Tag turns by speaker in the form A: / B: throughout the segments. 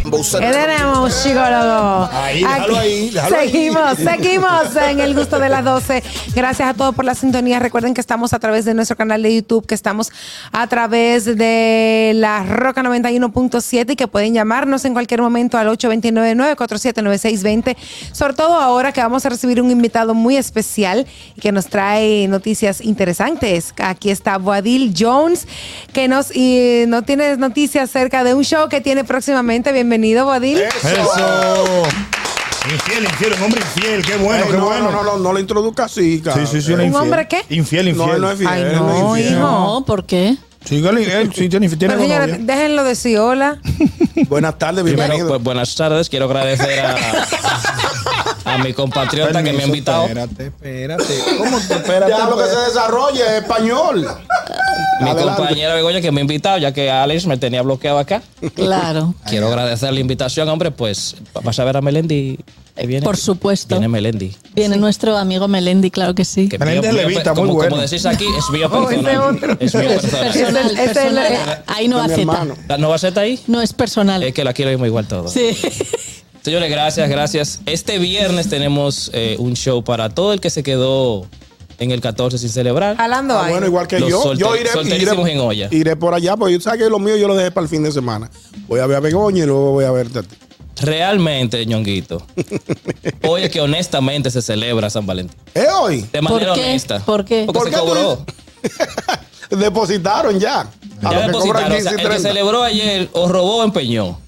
A: ¿Qué tenemos, un psicólogo?
B: Ahí, déjalo ahí, déjalo ahí.
A: seguimos, seguimos en el gusto de las 12. Gracias a todos por la sintonía. Recuerden que estamos a través de nuestro canal de YouTube, que estamos a través de la Roca 91.7 y que pueden llamarnos en cualquier momento al 829-947-9620. Sobre todo ahora que vamos a recibir un invitado muy especial y que nos trae noticias interesantes. Aquí está Boadil Jones, que nos, y no tiene noticias acerca de un show que tiene próximamente. Bienvenido, Boadil.
B: Eso. Infiel, infiel, un hombre infiel, qué bueno,
C: Ey,
B: qué
C: no,
B: bueno.
C: No, no, no, no lo introduzca así, cara.
B: Sí, sí, sí,
A: ¿Un
B: infiel.
A: hombre qué?
B: Infiel, infiel.
C: No, él no es fiel.
A: Ay,
C: él
A: no,
C: es infiel.
A: hijo.
D: No, ¿por qué?
B: Sí, él- él sí tiene, tiene
A: Pero
B: novia.
A: señores, déjenlo decir hola.
C: Eh, Buenas tardes,
E: Primero,
C: bienvenido.
E: pues buenas tardes. Quiero agradecer a, a mi compatriota que me ha
B: Permiso,
E: invitado.
B: Espérate, espérate. ¿Cómo te espérate?
C: Ya lo que se desarrolle es español.
E: Mi
C: Adelante.
E: compañera Begoña que me ha invitado, ya que Alex me tenía bloqueado acá.
D: Claro.
E: Quiero agradecer la invitación, hombre. Pues vas a ver a Melendi. que viene.
D: Por supuesto.
E: Viene Melendi.
D: Viene nuestro amigo Melendi, claro que sí.
E: Que
B: Melendi es levita,
E: como,
B: muy bueno.
E: como decís aquí, es mío
A: Oh, ese
E: personal.
A: otro.
E: Es mío personal.
D: Personal,
A: Este- este
D: personal. Eh,
A: es lo-
D: Ahí no
C: de
D: va
C: mi hermano.
D: Z.
E: ¿La nueva Z ahí?
D: No es personal.
E: Es que la quiero mismo igual todo.
D: Sí.
E: Señores, gracias, gracias. Este viernes tenemos eh, un show para todo el que se quedó en el 14 sin celebrar.
A: Jalando
C: Ah,
A: ahí.
C: bueno, igual que
E: Los
C: yo. Yo
E: solte-
C: iré,
E: solterísimos
C: iré,
E: en olla.
C: iré por allá, porque yo sabes que lo mío yo lo dejé para el fin de semana. Voy a ver a Begoña y luego voy a verte a ti.
E: Realmente, ñonguito. Hoy es que honestamente se celebra San Valentín.
C: ¿Es ¿Eh, hoy?
E: De manera
D: ¿Por qué?
E: honesta.
D: ¿Por qué?
E: Porque
C: ¿Por
E: se
C: qué tú
E: cobró.
C: Depositaron ya. A
E: Ya
C: lo que Ah, cobran 15
E: depositaron. O sea,
C: y
E: el que
C: 30.
E: celebró ayer o robó o empeñó.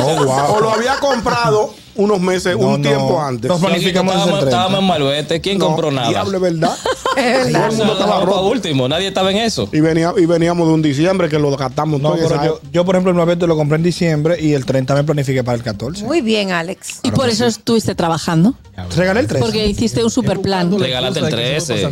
B: Oh, wow.
C: O lo había comprado unos meses,
B: No,
C: un
B: no.
C: tiempo antes.
B: No,
E: Ñonguito,
B: Planificamos
E: Estábamos,
B: ese 30.
E: estábamos en Malvete. ¿Quién
C: No,
E: compró nada?
C: Diablo, es verdad. todo el
A: Es verdad.
C: mundo
E: Eso lo
C: estaba
E: dejamos para
C: roto.
E: último. Nadie estaba en eso.
C: Y, venía, y veníamos de un diciembre que lo gastamos
B: No,
C: todo en
B: pero
C: esa
B: yo, yo, por ejemplo, el 9 lo compré en diciembre y el 30 me planifiqué para el 14.
A: Muy bien, Alex.
D: Y por eso estuviste trabajando.
B: Regalé el 13.
D: Porque hiciste un super plan.
E: Regálate el 13.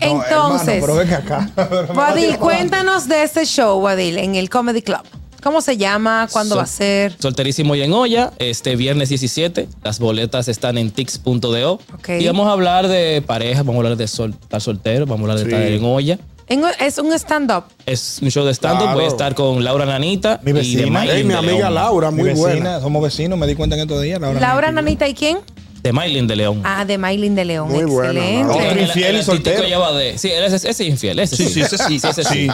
B: No,
A: Entonces,
B: hermano, pero ven acá. Pero me
A: Wadil,
B: imagino-
A: cuéntanos de este show, Wadil, en el Comedy Club. ¿Cómo se llama? ¿Cuándo
E: Sol-
A: va a ser?
E: Solterísimo y en olla, este viernes 17. Las boletas están en tix.do.
A: Ok.
E: Y vamos a hablar de parejas, vamos a hablar de sol- estar soltero, vamos a hablar de
C: Sí.
E: estar en olla.
A: En- es un stand-up.
E: Es un show de stand-up.
C: Claro.
E: Voy a estar con Laura Nanita.
B: Mi
E: Y eh, de
B: vecina.
C: Ey,
E: Maylin
C: mi
E: de
C: amiga
E: León.
C: Laura, muy
B: Mi vecina,
C: buena.
B: somos vecinos, me di cuenta en estos días. Laura,
A: Laura, Nanita y quién?
E: De Maylin de León.
A: Ah, de Maylin de León.
C: Muy buena,
A: Excelente.
C: Laura.
B: Otro
E: El- el-
B: infiel y
E: el artístico
B: soltero.
E: lleva de- Sí, él es- ese es infiel. Ese sí,
B: ese sí,
E: ese sí.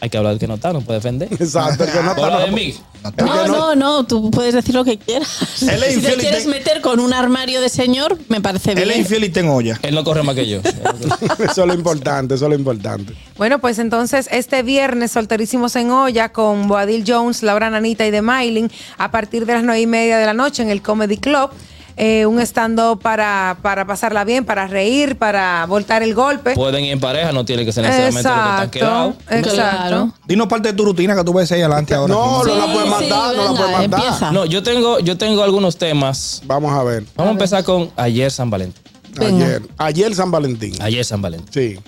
E: Hay que hablar del que no está, no puede defender.
C: Exacto, el que no está-
E: Habla de mí.
D: No, no, no, tú puedes decir lo que quieras.
B: Él es
D: si te
B: infiel y
D: quieres
B: te-
D: meter con un armario de señor, me parece
B: Él es
D: bien.
B: infiel y tengo olla.
E: Él no corre más que yo.
C: Eso es lo importante, eso es lo importante.
A: Bueno, pues entonces este viernes, solterísimos en olla con Boadil Jones, Laura Nanita y de Maylin, a partir de las nueve y media de la noche en el Comedy Club. Eh, un stand-up para, para pasarla bien, para reír, para voltar el golpe.
E: Pueden ir en pareja, no tiene que ser necesariamente los que están
A: Exacto,
E: quedados.
A: exacto.
D: Claro.
B: Dinos parte de tu rutina que tú ves ahí adelante ahora.
C: No,
B: mismo.
C: no la
D: Sí,
C: puedes
D: sí,
C: mandar, no la
D: venga,
C: puedes mandar.
D: empieza.
E: No, yo tengo, yo tengo algunos temas.
C: Vamos a ver.
E: Vamos a empezar con ayer San Valentín.
D: Venga.
C: Ayer, ayer San Valentín.
E: Ayer San Valentín.
C: Sí.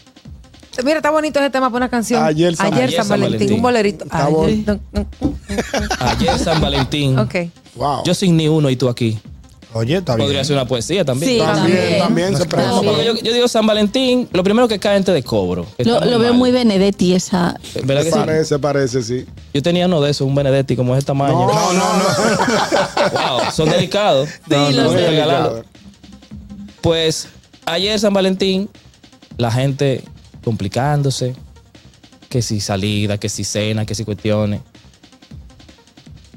A: Mira, está bonito ese tema para una canción.
C: Ayer San-
A: Ayer San Valentín, un bolerito.
C: Está
A: Ayer-
C: bonito.
E: Ayer San Valentín.
A: Ok.
C: Wow.
E: Yo sin ni uno y tú aquí.
B: Oye, está bien.
E: Podría ser una poesía también.
D: Sí,
C: también,
D: También.
C: también se
B: También.
C: presta para-
E: Yo, yo digo San Valentín, lo primero que cae gente de cobro. que
D: Lo,
E: está
D: lo veo
E: mal.
D: muy Benedetti esa.
E: ¿Verdad que sí?
C: Parece, parece, sí.
E: Yo tenía uno de esos, un Benedetti como es esta tamaño.
C: No, no, no.
E: Wow, son delicados.
D: No, no,
E: Voy a
C: Muy
E: regalarlo.
C: delicado.
E: Pues ayer San Valentín, la gente complicándose, que si salida, que si cena, que si cuestiones.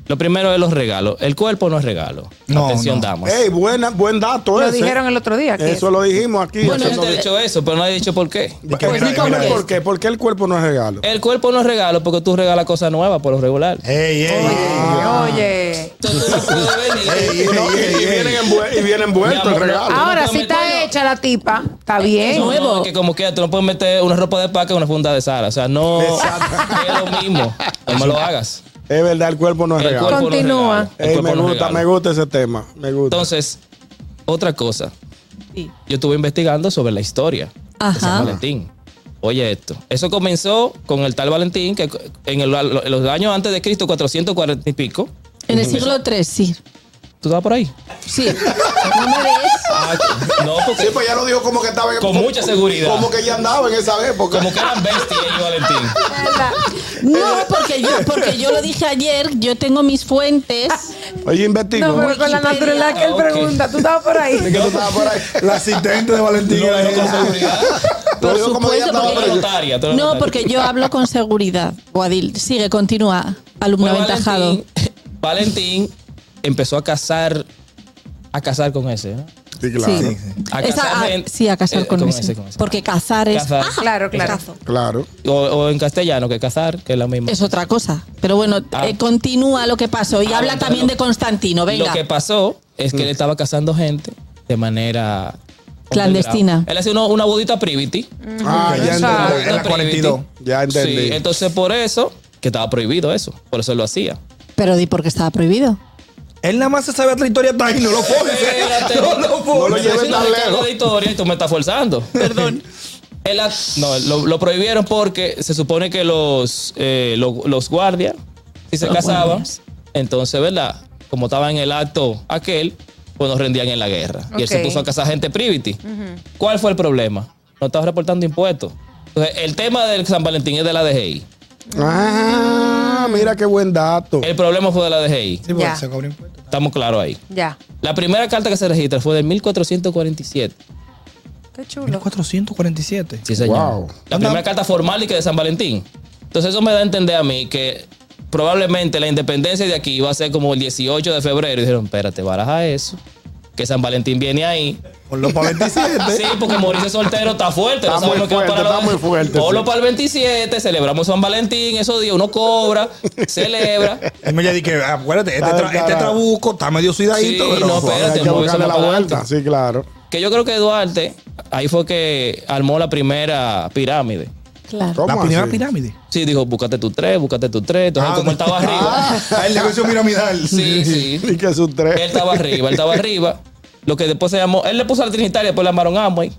E: Lo primero es los regalos. El cuerpo no es regalo.
B: No,
E: Atención,
B: no.
E: damas.
C: Ey, buena, buen dato
A: Lo
C: ese.
A: dijeron el otro día. que- pues,
C: Eso lo dijimos aquí.
E: Mucha
C: Eso
E: gente ha
C: no-
E: dicho eso, pero no ha dicho por qué.
B: que mira,
C: Explícame
B: mira
C: por
B: esto.
C: qué. ¿Por qué el cuerpo no es regalo?
E: El cuerpo no es regalo porque tú regalas cosas nuevas por lo regular.
B: Ey, ey, ey.
A: Oye.
E: Entonces, tú no puedes venir.
C: Y, no- y- y vienen envuel- y viene envuelto el
E: Mi amor, no.
C: regalo.
A: Ahora,
E: nunca
A: si
E: me
A: está
E: acuerdo.
A: hecha la tipa, está bien.
E: No, no,
D: nuevo.
E: es que como quiera, tú no puedes meter una ropa de paca en una funda de Sara. O sea, no es lo mismo. No me lo hagas.
C: Es verdad, el cuerpo no es
E: El
C: regalo.
E: cuerpo no es
A: Continúa.
E: regalo. El
C: Ey,
E: cuerpo
C: me
E: no es
C: gusta,
E: regalo.
C: me gusta ese tema. Me gusta.
E: Entonces, otra cosa.
D: Sí.
E: Yo estuve investigando sobre la historia de
D: Ajá.
E: San Valentín. Oye esto. Eso comenzó con el tal Valentín que en el- los años antes de Cristo, 440 y pico.
D: En el siglo III, sí.
E: ¿Tú estabas por ahí?
D: Sí. No me ves.
C: Ah,
E: no,
C: sí,
E: porque
C: pues ya lo dijo como que estaba en-
E: con mucha seguridad.
C: Como que ya andaba en esa época.
E: Como que eran bestias y Valentín.
D: No, porque yo, porque yo lo dije ayer, yo tengo mis
E: Ah,
D: fuentes.
C: Oye, investigo.
A: No, pero con la
D: Wikipedia.
A: naturaleza que él
E: Ok.
A: pregunta, tú estabas por
C: Es
A: ahí.
C: que tú estabas por ahí.
B: La asistente de Valentín era ella.
D: Por
C: digo como ella estaba
D: supuesto, porque
E: por ahí.
D: yo-
E: Notaria, tú eres
D: no,
E: notaria.
D: porque yo hablo con seguridad. Guadil, sigue, continúa. Alumno
E: Pues
D: aventajado.
E: Valentín, Valentín empezó a casar a casar con ese, ¿no?
C: Sí, claro.
D: Sí.
E: ah, A
D: Esa-
E: casar
D: a-
E: en-
D: sí, a casar
E: eh,
D: con,
E: con
D: ese.
E: ese, con ese.
D: Porque cazar es.
E: Cazar.
D: ¡Ah!
A: Claro, claro.
D: Cazo.
C: Claro.
E: O, o en castellano que casar, que es la misma.
D: Es otra cosa. Pero bueno,
E: Ah.
D: eh, continúa lo que pasó. Y
E: Ah,
D: habla
E: bueno,
D: también
E: lo-
D: de Constantino, venga.
E: Lo que pasó es
C: Mm.
E: que él estaba casando gente de manera
D: Clandestina.
E: underground. Él hacía uno- una bodita privity.
C: Ah,
B: Ok.
C: ya
A: Exacto.
C: entendí.
E: Una
B: Era 42.
C: Ya entendí.
E: Sí, entonces por eso que estaba prohibido eso, por eso él lo hacía.
D: Pero di porque estaba prohibido.
B: Él nada más se sabe otra historia tan y no lo force.
E: Espérate.
B: No
C: No
B: lo
C: lo
E: Yo
B: force.
C: lleves
E: soy
C: tan
E: una recarga
C: lejos.
E: de historia y tú me estás forzando. Perdón. no, lo, lo prohibieron porque se supone que los, eh, lo- los guardias, si se
D: Los
E: casaban,
D: guardias.
E: entonces, ¿verdad? Como estaba en el acto aquel, pues nos rendían en la guerra. Y él se
A: Ok.
E: puso a casar gente privity. ¿Cuál fue el problema? No estaba reportando impuestos. Entonces, el tema del San Valentín es de la DGI.
C: Ah, mira qué buen dato.
E: El problema fue de la DGI.
B: Sí, porque
A: Ya.
B: se cobra impuestos.
E: Estamos claros ahí.
A: Ya.
E: La primera carta que se registra fue del 1447.
A: Qué chulo.
B: 1447.
E: Sí, señor.
C: Wow.
E: La primera carta formal y que de San Valentín. Entonces eso me da a entender a mí que probablemente la independencia de aquí iba a ser como el 18 de febrero. Y dijeron, espérate, baraja eso. Que San Valentín viene ahí. Ah,
B: Ponlo para 27.
E: Sí, porque morirse soltero está fuerte.
C: Está
E: sabemos
C: muy
E: qué va
C: fuerte,
E: para
C: está muy fuerte,
E: Ponlo
C: sí.
E: para el 27, celebramos San Valentín, esos días uno cobra, celebra.
B: Él me ya dije, acuérdate, este,
C: Está
B: tra-
C: descarado.
B: este trabuco está medio sudadito,
E: Sí,
B: pero...
E: no,
C: Joder,
E: espérate,
C: hay que
E: movió
C: buscarle
E: esa
C: la
E: para
C: vuelta. Sí, claro.
E: Que yo creo que Duarte, ahí fue que armó la primera pirámide.
D: Claro.
C: ¿Cómo
B: la primera
C: así?
B: pirámide.
E: Sí, dijo, búscate tu tres, búscate tu tres. Entonces,
B: Ah,
E: como él estaba arriba.
B: Ah, el negocio piramidal.
E: Sí, sí.
C: Y que sus
E: Él
C: tres.
E: estaba arriba, él estaba arriba. Lo que después se llamó, él le puso a la Trinitaria, después le llamaron Amway. Yo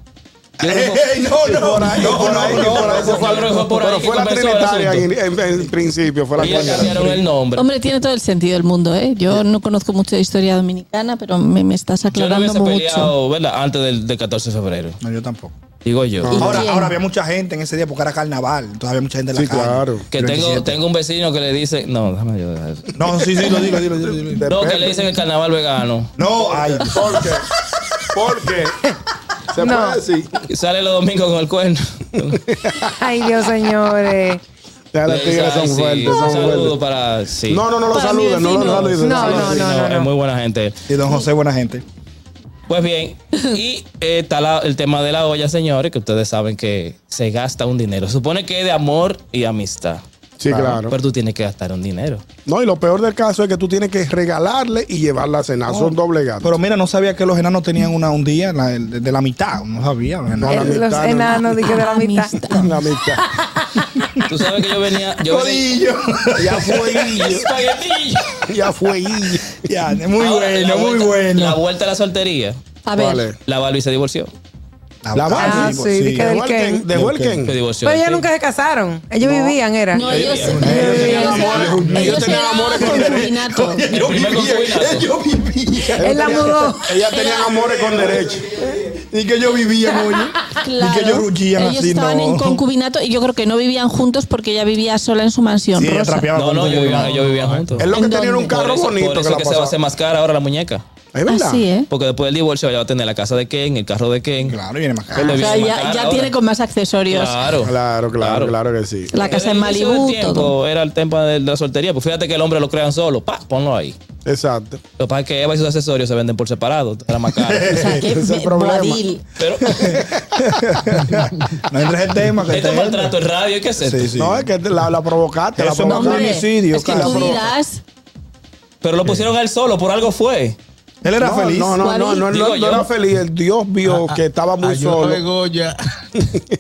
E: creo que-
B: Ey, no, no, no, no, no,
C: Por ahí, por ahí se
E: no,
C: fue
E: yo creo que fue por
C: Pero
E: ahí
C: fue
E: que
C: la
E: comenzó el
C: Trinitaria en,
E: asunto.
C: en- en principio, fue la
E: y le
C: Trinitaria.
E: cambiaron el nombre.
D: Hombre, tiene todo el sentido del mundo, ¿eh? Yo no conozco mucho de historia dominicana, pero me, me estás
E: yo no
D: aclarando
E: hubiese
D: mucho.
E: peleado, ¿verdad? Antes del, del 14 de febrero.
B: No, yo tampoco.
E: Digo yo.
A: Ah.
D: ¿Y
B: Ahora,
D: quién?
B: ahora había mucha gente en ese día porque era carnaval. Entonces había mucha gente en la
C: Sí,
B: calle.
C: claro.
E: Que tengo,
B: 27.
E: tengo un vecino que le dice. No, déjame yo. dejar eso.
B: No, sí, sí, lo digo, dilo, dilo, dilo, dilo.
E: No, que le dicen el carnaval vegano.
B: No, ay.
C: ¿Por qué? ¿Por qué? Se
A: No.
C: puede decir.
E: Y Sale los domingos con el cuerno.
A: Ay, Dios, señores.
C: Ya
E: Le
C: los
E: dice,
C: tigres
E: "Ay,
C: son
E: sí,
C: fuertes,
E: un
C: son
E: saludo
C: fuertes.
E: para. Sí.
C: No, no, no lo
D: Para mi
C: saluden, no lo
D: vecino.
C: saluden.
A: No,
E: Sí,
A: no, no.
E: Es muy buena gente.
B: Y don José, buena gente.
E: Pues bien, y eh, está la- el tema de la olla, señores, que ustedes saben que se gasta un dinero. Supone que es de amor y amistad.
C: Sí, claro.
E: Pero tú tienes que gastar un dinero.
C: No, y lo peor del caso es que tú tienes que regalarle y llevarla a cenar. Son doble gato.
B: Pero mira, no sabía que los enanos tenían una un día la- de, de la mitad. No sabía.
C: No, la
A: El- los
C: Ah, mitad, no.
A: enanos, dije de la mitad.
D: Amistad.
C: la mitad.
E: Tú sabes que yo venía. Yo venía
B: Codillo.
C: ya fue Guillo.
E: Espaguetillo.
C: Ya fue Guillo.
B: ya, muy
E: Ahora, la
B: bueno, muy
E: vuelta- La
B: bueno.
E: vuelta a la soltería,
D: A ver,
C: Vale.
E: la Balbi se divorció.
C: La
A: Ah, sí,
B: pues
A: dije del
C: Dejó el
A: Ken.
C: Ken, dejó el Ken.
E: Se divorció.
A: Pero ellos nunca se casaron. Ellos vivían, era.
D: No, ellos,
E: Ellos
D: ellos-
C: tenían amores, ellos
D: ellos
C: tenían
D: eran
C: amores con
D: concubinato.
E: El primer concubinato.
B: yo vivía.
A: Él la mudó.
C: Ella tenía amores con derecho.
B: Y que yo vivía, oye.
D: Claro.
B: Y que ellos rullían
D: Ellos
B: así,
D: estaban
B: no.
D: en concubinato y yo creo que no vivían juntos porque ella vivía sola en su mansión.
B: Sí, ella
D: Rosa.
B: trapeaba
E: No,
B: con
E: no, yo vivía, yo vivía juntos.
C: Es lo que
D: ¿En
C: tenía era un
D: dónde?
E: Por
C: carro
E: eso-
C: bonito
E: por
C: que
E: eso
C: la
E: que se va a
C: pasaba.
E: hacer más cara ahora la muñeca.
C: Es verdad.
D: Así, ¿eh?
E: Porque después del divorcio ella va a tener la casa de Ken, el carro de Ken.
B: Claro, viene más
E: Él
B: caro.
E: le
D: O sea,
E: viene más
D: ya,
E: cara
D: ya
E: ahora.
D: tiene con más accesorios.
E: Claro.
C: Claro, claro, claro que sí.
D: La casa
E: Desde
D: en
E: el inicio
D: Malibu,
E: del tiempo
D: todo.
E: Era el tema de la soltería. Pues fíjate que el hombre lo crean solo. Pa, ponlo ahí.
C: Exacto.
E: Lo que pasa es que Eva y sus accesorios se venden por separado. Era más caro.
D: O sea, que
C: Ese
D: ve-
C: problema.
D: Boadil.
E: Pero este
B: No entres en tema. Que
E: esto es
B: te
E: maltrato es radio. ¿Qué es esto?
B: Sí, sí.
C: No, es que la, la provocaste, la
B: Eso no,
D: Hombre,
C: provocaste.
B: homicidio,
D: es que
B: claro.
D: tú dirás,
E: Pero lo pusieron a él solo. Por algo fue.
B: Él era
C: No,
B: feliz.
C: No, no, no, no, no,
E: Digo
C: no
E: yo.
C: era feliz. El Dios vio que estaba muy solo.
F: Goya.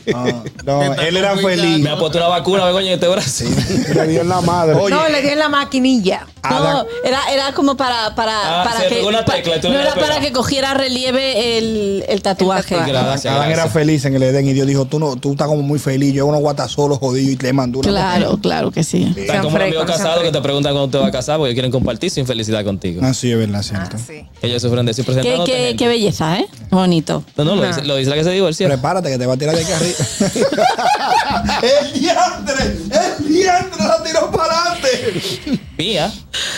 B: No, no, él era
E: Me
B: feliz.
E: ha puesto una vacuna, Begoña, en este brazo.
C: Le dio en la madre.
B: Oye.
A: No, le di en la maquinilla.
B: Ah,
D: no, era, era como para, para,
E: Ah,
D: para
E: se
D: que
E: pegó una
D: pa-
E: tecla, tú
D: no
E: no
D: era
E: la pegas.
D: para que cogiera relieve el, el tatuaje.
A: El
E: tatuaje. Gracias,
B: Adán era
E: gracias.
B: feliz en el Edén y Dios dijo, tú no, tú estás como muy feliz, yo uno guata solo jodido y le mandó una.
D: Claro, claro que sí.
E: Están
A: Sean
E: como los amigos
A: frecos, sean
E: casados que te
A: frecos.
E: preguntan cuándo te vas a casar porque quieren compartir su infelicidad contigo.
B: Ah, sí, es verdad, cierto.
A: Ah, sí.
E: Ellos sufren de eso. y
D: Qué,
E: presentándote
D: qué,
E: gente.
D: qué belleza, ¿eh? Bonito.
E: No, no, lo dice, lo dice la que se divorció.
B: Prepárate que te va a tirar de aquí arriba. ¡El diantre! ¡El diantre! ¡La
E: Mía.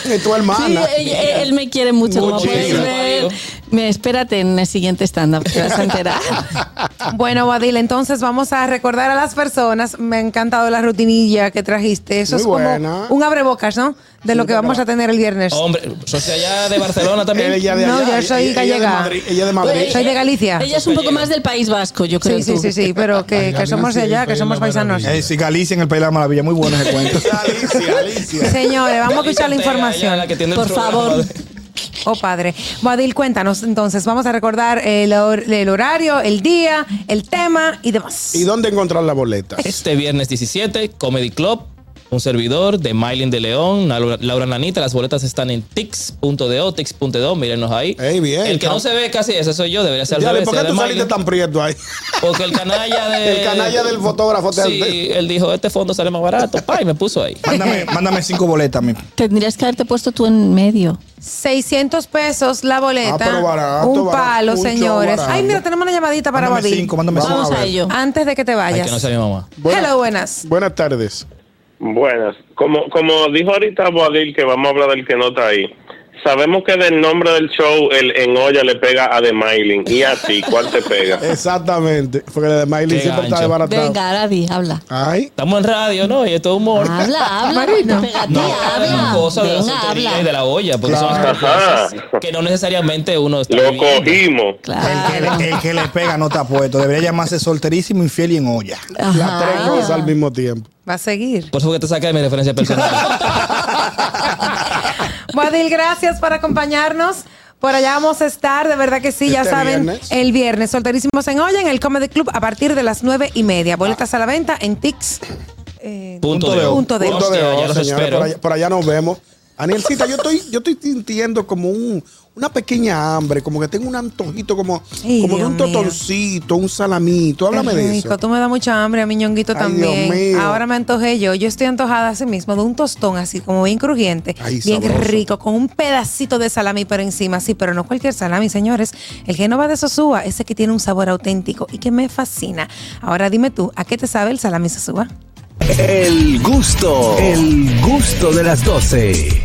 C: Es tu hermana.
D: Sí, él, él- él me quiere mucho, como
C: Muchísimo.
D: puedes ver. Me espérate en el siguiente stand-up, te vas a enterar.
C: Ah.
A: Bueno, Badil, entonces vamos a recordar a las personas. Me ha encantado la rutinilla que trajiste. Eso
C: Muy
A: es como
C: buena.
A: un abrebocas, ¿no? De lo que vamos a tener el viernes.
E: Hombre, soy de allá de Barcelona también.
C: Oh, Ella de
A: No,
C: allá,
A: yo soy
C: ella- ella de
A: gallega.
C: Madrid, Ella de Madrid.
A: Soy de Galicia.
D: Pues, Ella es un poco más del País Vasco, yo creo.
A: Sí, sí,
D: tú.
A: sí, sí, pero que, que somos de allá, que somos paisanos.
B: Eh, sí, Galicia en el País de la Maravilla, muy bueno ese cuento.
C: Alicia, Alicia.
A: Señores, vamos a escuchar la
E: Ella,
A: información.
E: la que tiene el
D: Por
E: programa
D: favor.
E: de-
A: Oh, padre. Badil, cuéntanos entonces. Vamos a recordar el, hor- el horario, el día, el tema y demás.
C: ¿Y dónde encontrar la boleta?
E: Este viernes 17, Comedy Club, un servidor de Maylin de León, Laura Laura Nanita. Las boletas están en tix.do, tix.do, mírenos ahí.
C: Ey, bien.
E: el que no se ve casi ese soy yo, debería ser al
C: Ya,
E: revés,
C: ¿Por
E: sea
C: qué
E: de
C: tú
E: Maylin.
C: saliste tan prieto ahí?
E: Porque el canalla de...
C: El canalla del fotógrafo te-
E: Sí, él dijo, este fondo sale más barato, pa, y me puso ahí.
B: Mándame, mándame cinco boletas, mi.
D: Tendrías que haberte puesto tú en medio.
A: 600 pesos la boleta.
C: Ah, pero barato,
A: un
C: barato,
A: palo,
C: mucho
A: señores.
C: barato.
A: Ay, mira, tenemos una llamadita para
B: Mándame
A: Badil.
B: cinco, mándame
C: Vamos
D: Vamos
B: cinco.
D: a
C: ver.
D: ello. Ah,
A: Antes de que te
E: Ay,
A: vayas.
E: que no sea mi mamá.
C: Buenas-
A: Hello, buenas.
C: Buenas tardes.
F: Buenas. Como, como dijo ahorita Boadil, que vamos a hablar del que no está ahí. Sabemos que del nombre del show, el en olla le pega a The Mailing. ¿Y a ti cuál te pega?
C: Exactamente. Porque la de Miley
E: Qué
C: siempre está
E: gancho.
C: desbaratada.
D: Venga, ahora di, habla.
C: Ay,
E: Estamos en radio, ¿no? Y esto es humor.
D: Habla, habla.
A: Marina.
D: Pégate,
E: No, de
D: Ah, habla.
E: las cosas, de la
D: Venga,
E: soltería
D: habla.
E: y de la olla, porque son
C: Claro.
E: las cosas
F: Ajá.
E: que no necesariamente uno está
F: Lo
E: viviendo.
F: cogimos.
B: El que,
D: Claro.
B: le, el que le pega no está puesto. Debería llamarse solterísimo, infiel y en olla.
C: las tres
D: Ajá.
C: cosas al mismo tiempo.
A: Va a seguir.
E: Por eso que te saca de mi referencia personal.
A: Badil, gracias por acompañarnos. Por allá vamos a estar, de verdad que sí, ya
C: Este
A: saben,
C: viernes.
A: el viernes, solterísimos en olla en el Comedy Club a partir de las nueve y media. Boletas a la venta en Tix. eh,
E: Punto de
A: Punto de
E: Hostia,
C: de
E: ya los
C: señores,
E: espero.
C: Por allá, por allá nos vemos. Anielcita, yo estoy, yo estoy sintiendo como un, una pequeña hambre, como que tengo un antojito, como,
A: Ay,
C: como de
A: Dios
C: un
A: mío.
C: totoncito, un salamito. Háblame
A: Qué
C: de
A: rico,
C: eso.
A: Tú me das mucha hambre, a mi ñonguito
C: Ay,
A: también.
C: Dios mío.
A: Ahora me antojé yo. Yo estoy antojada así mismo de un tostón así, como bien crujiente,
C: Ay,
A: bien
C: sabroso.
A: rico, con un pedacito de salami por encima. Sí, pero no cualquier salami, señores. El Genova de Sosúa, ese que tiene un sabor auténtico y que me fascina. Ahora dime tú, ¿a qué te sabe el salami Sosúa?
G: El gusto, el gusto de las 12.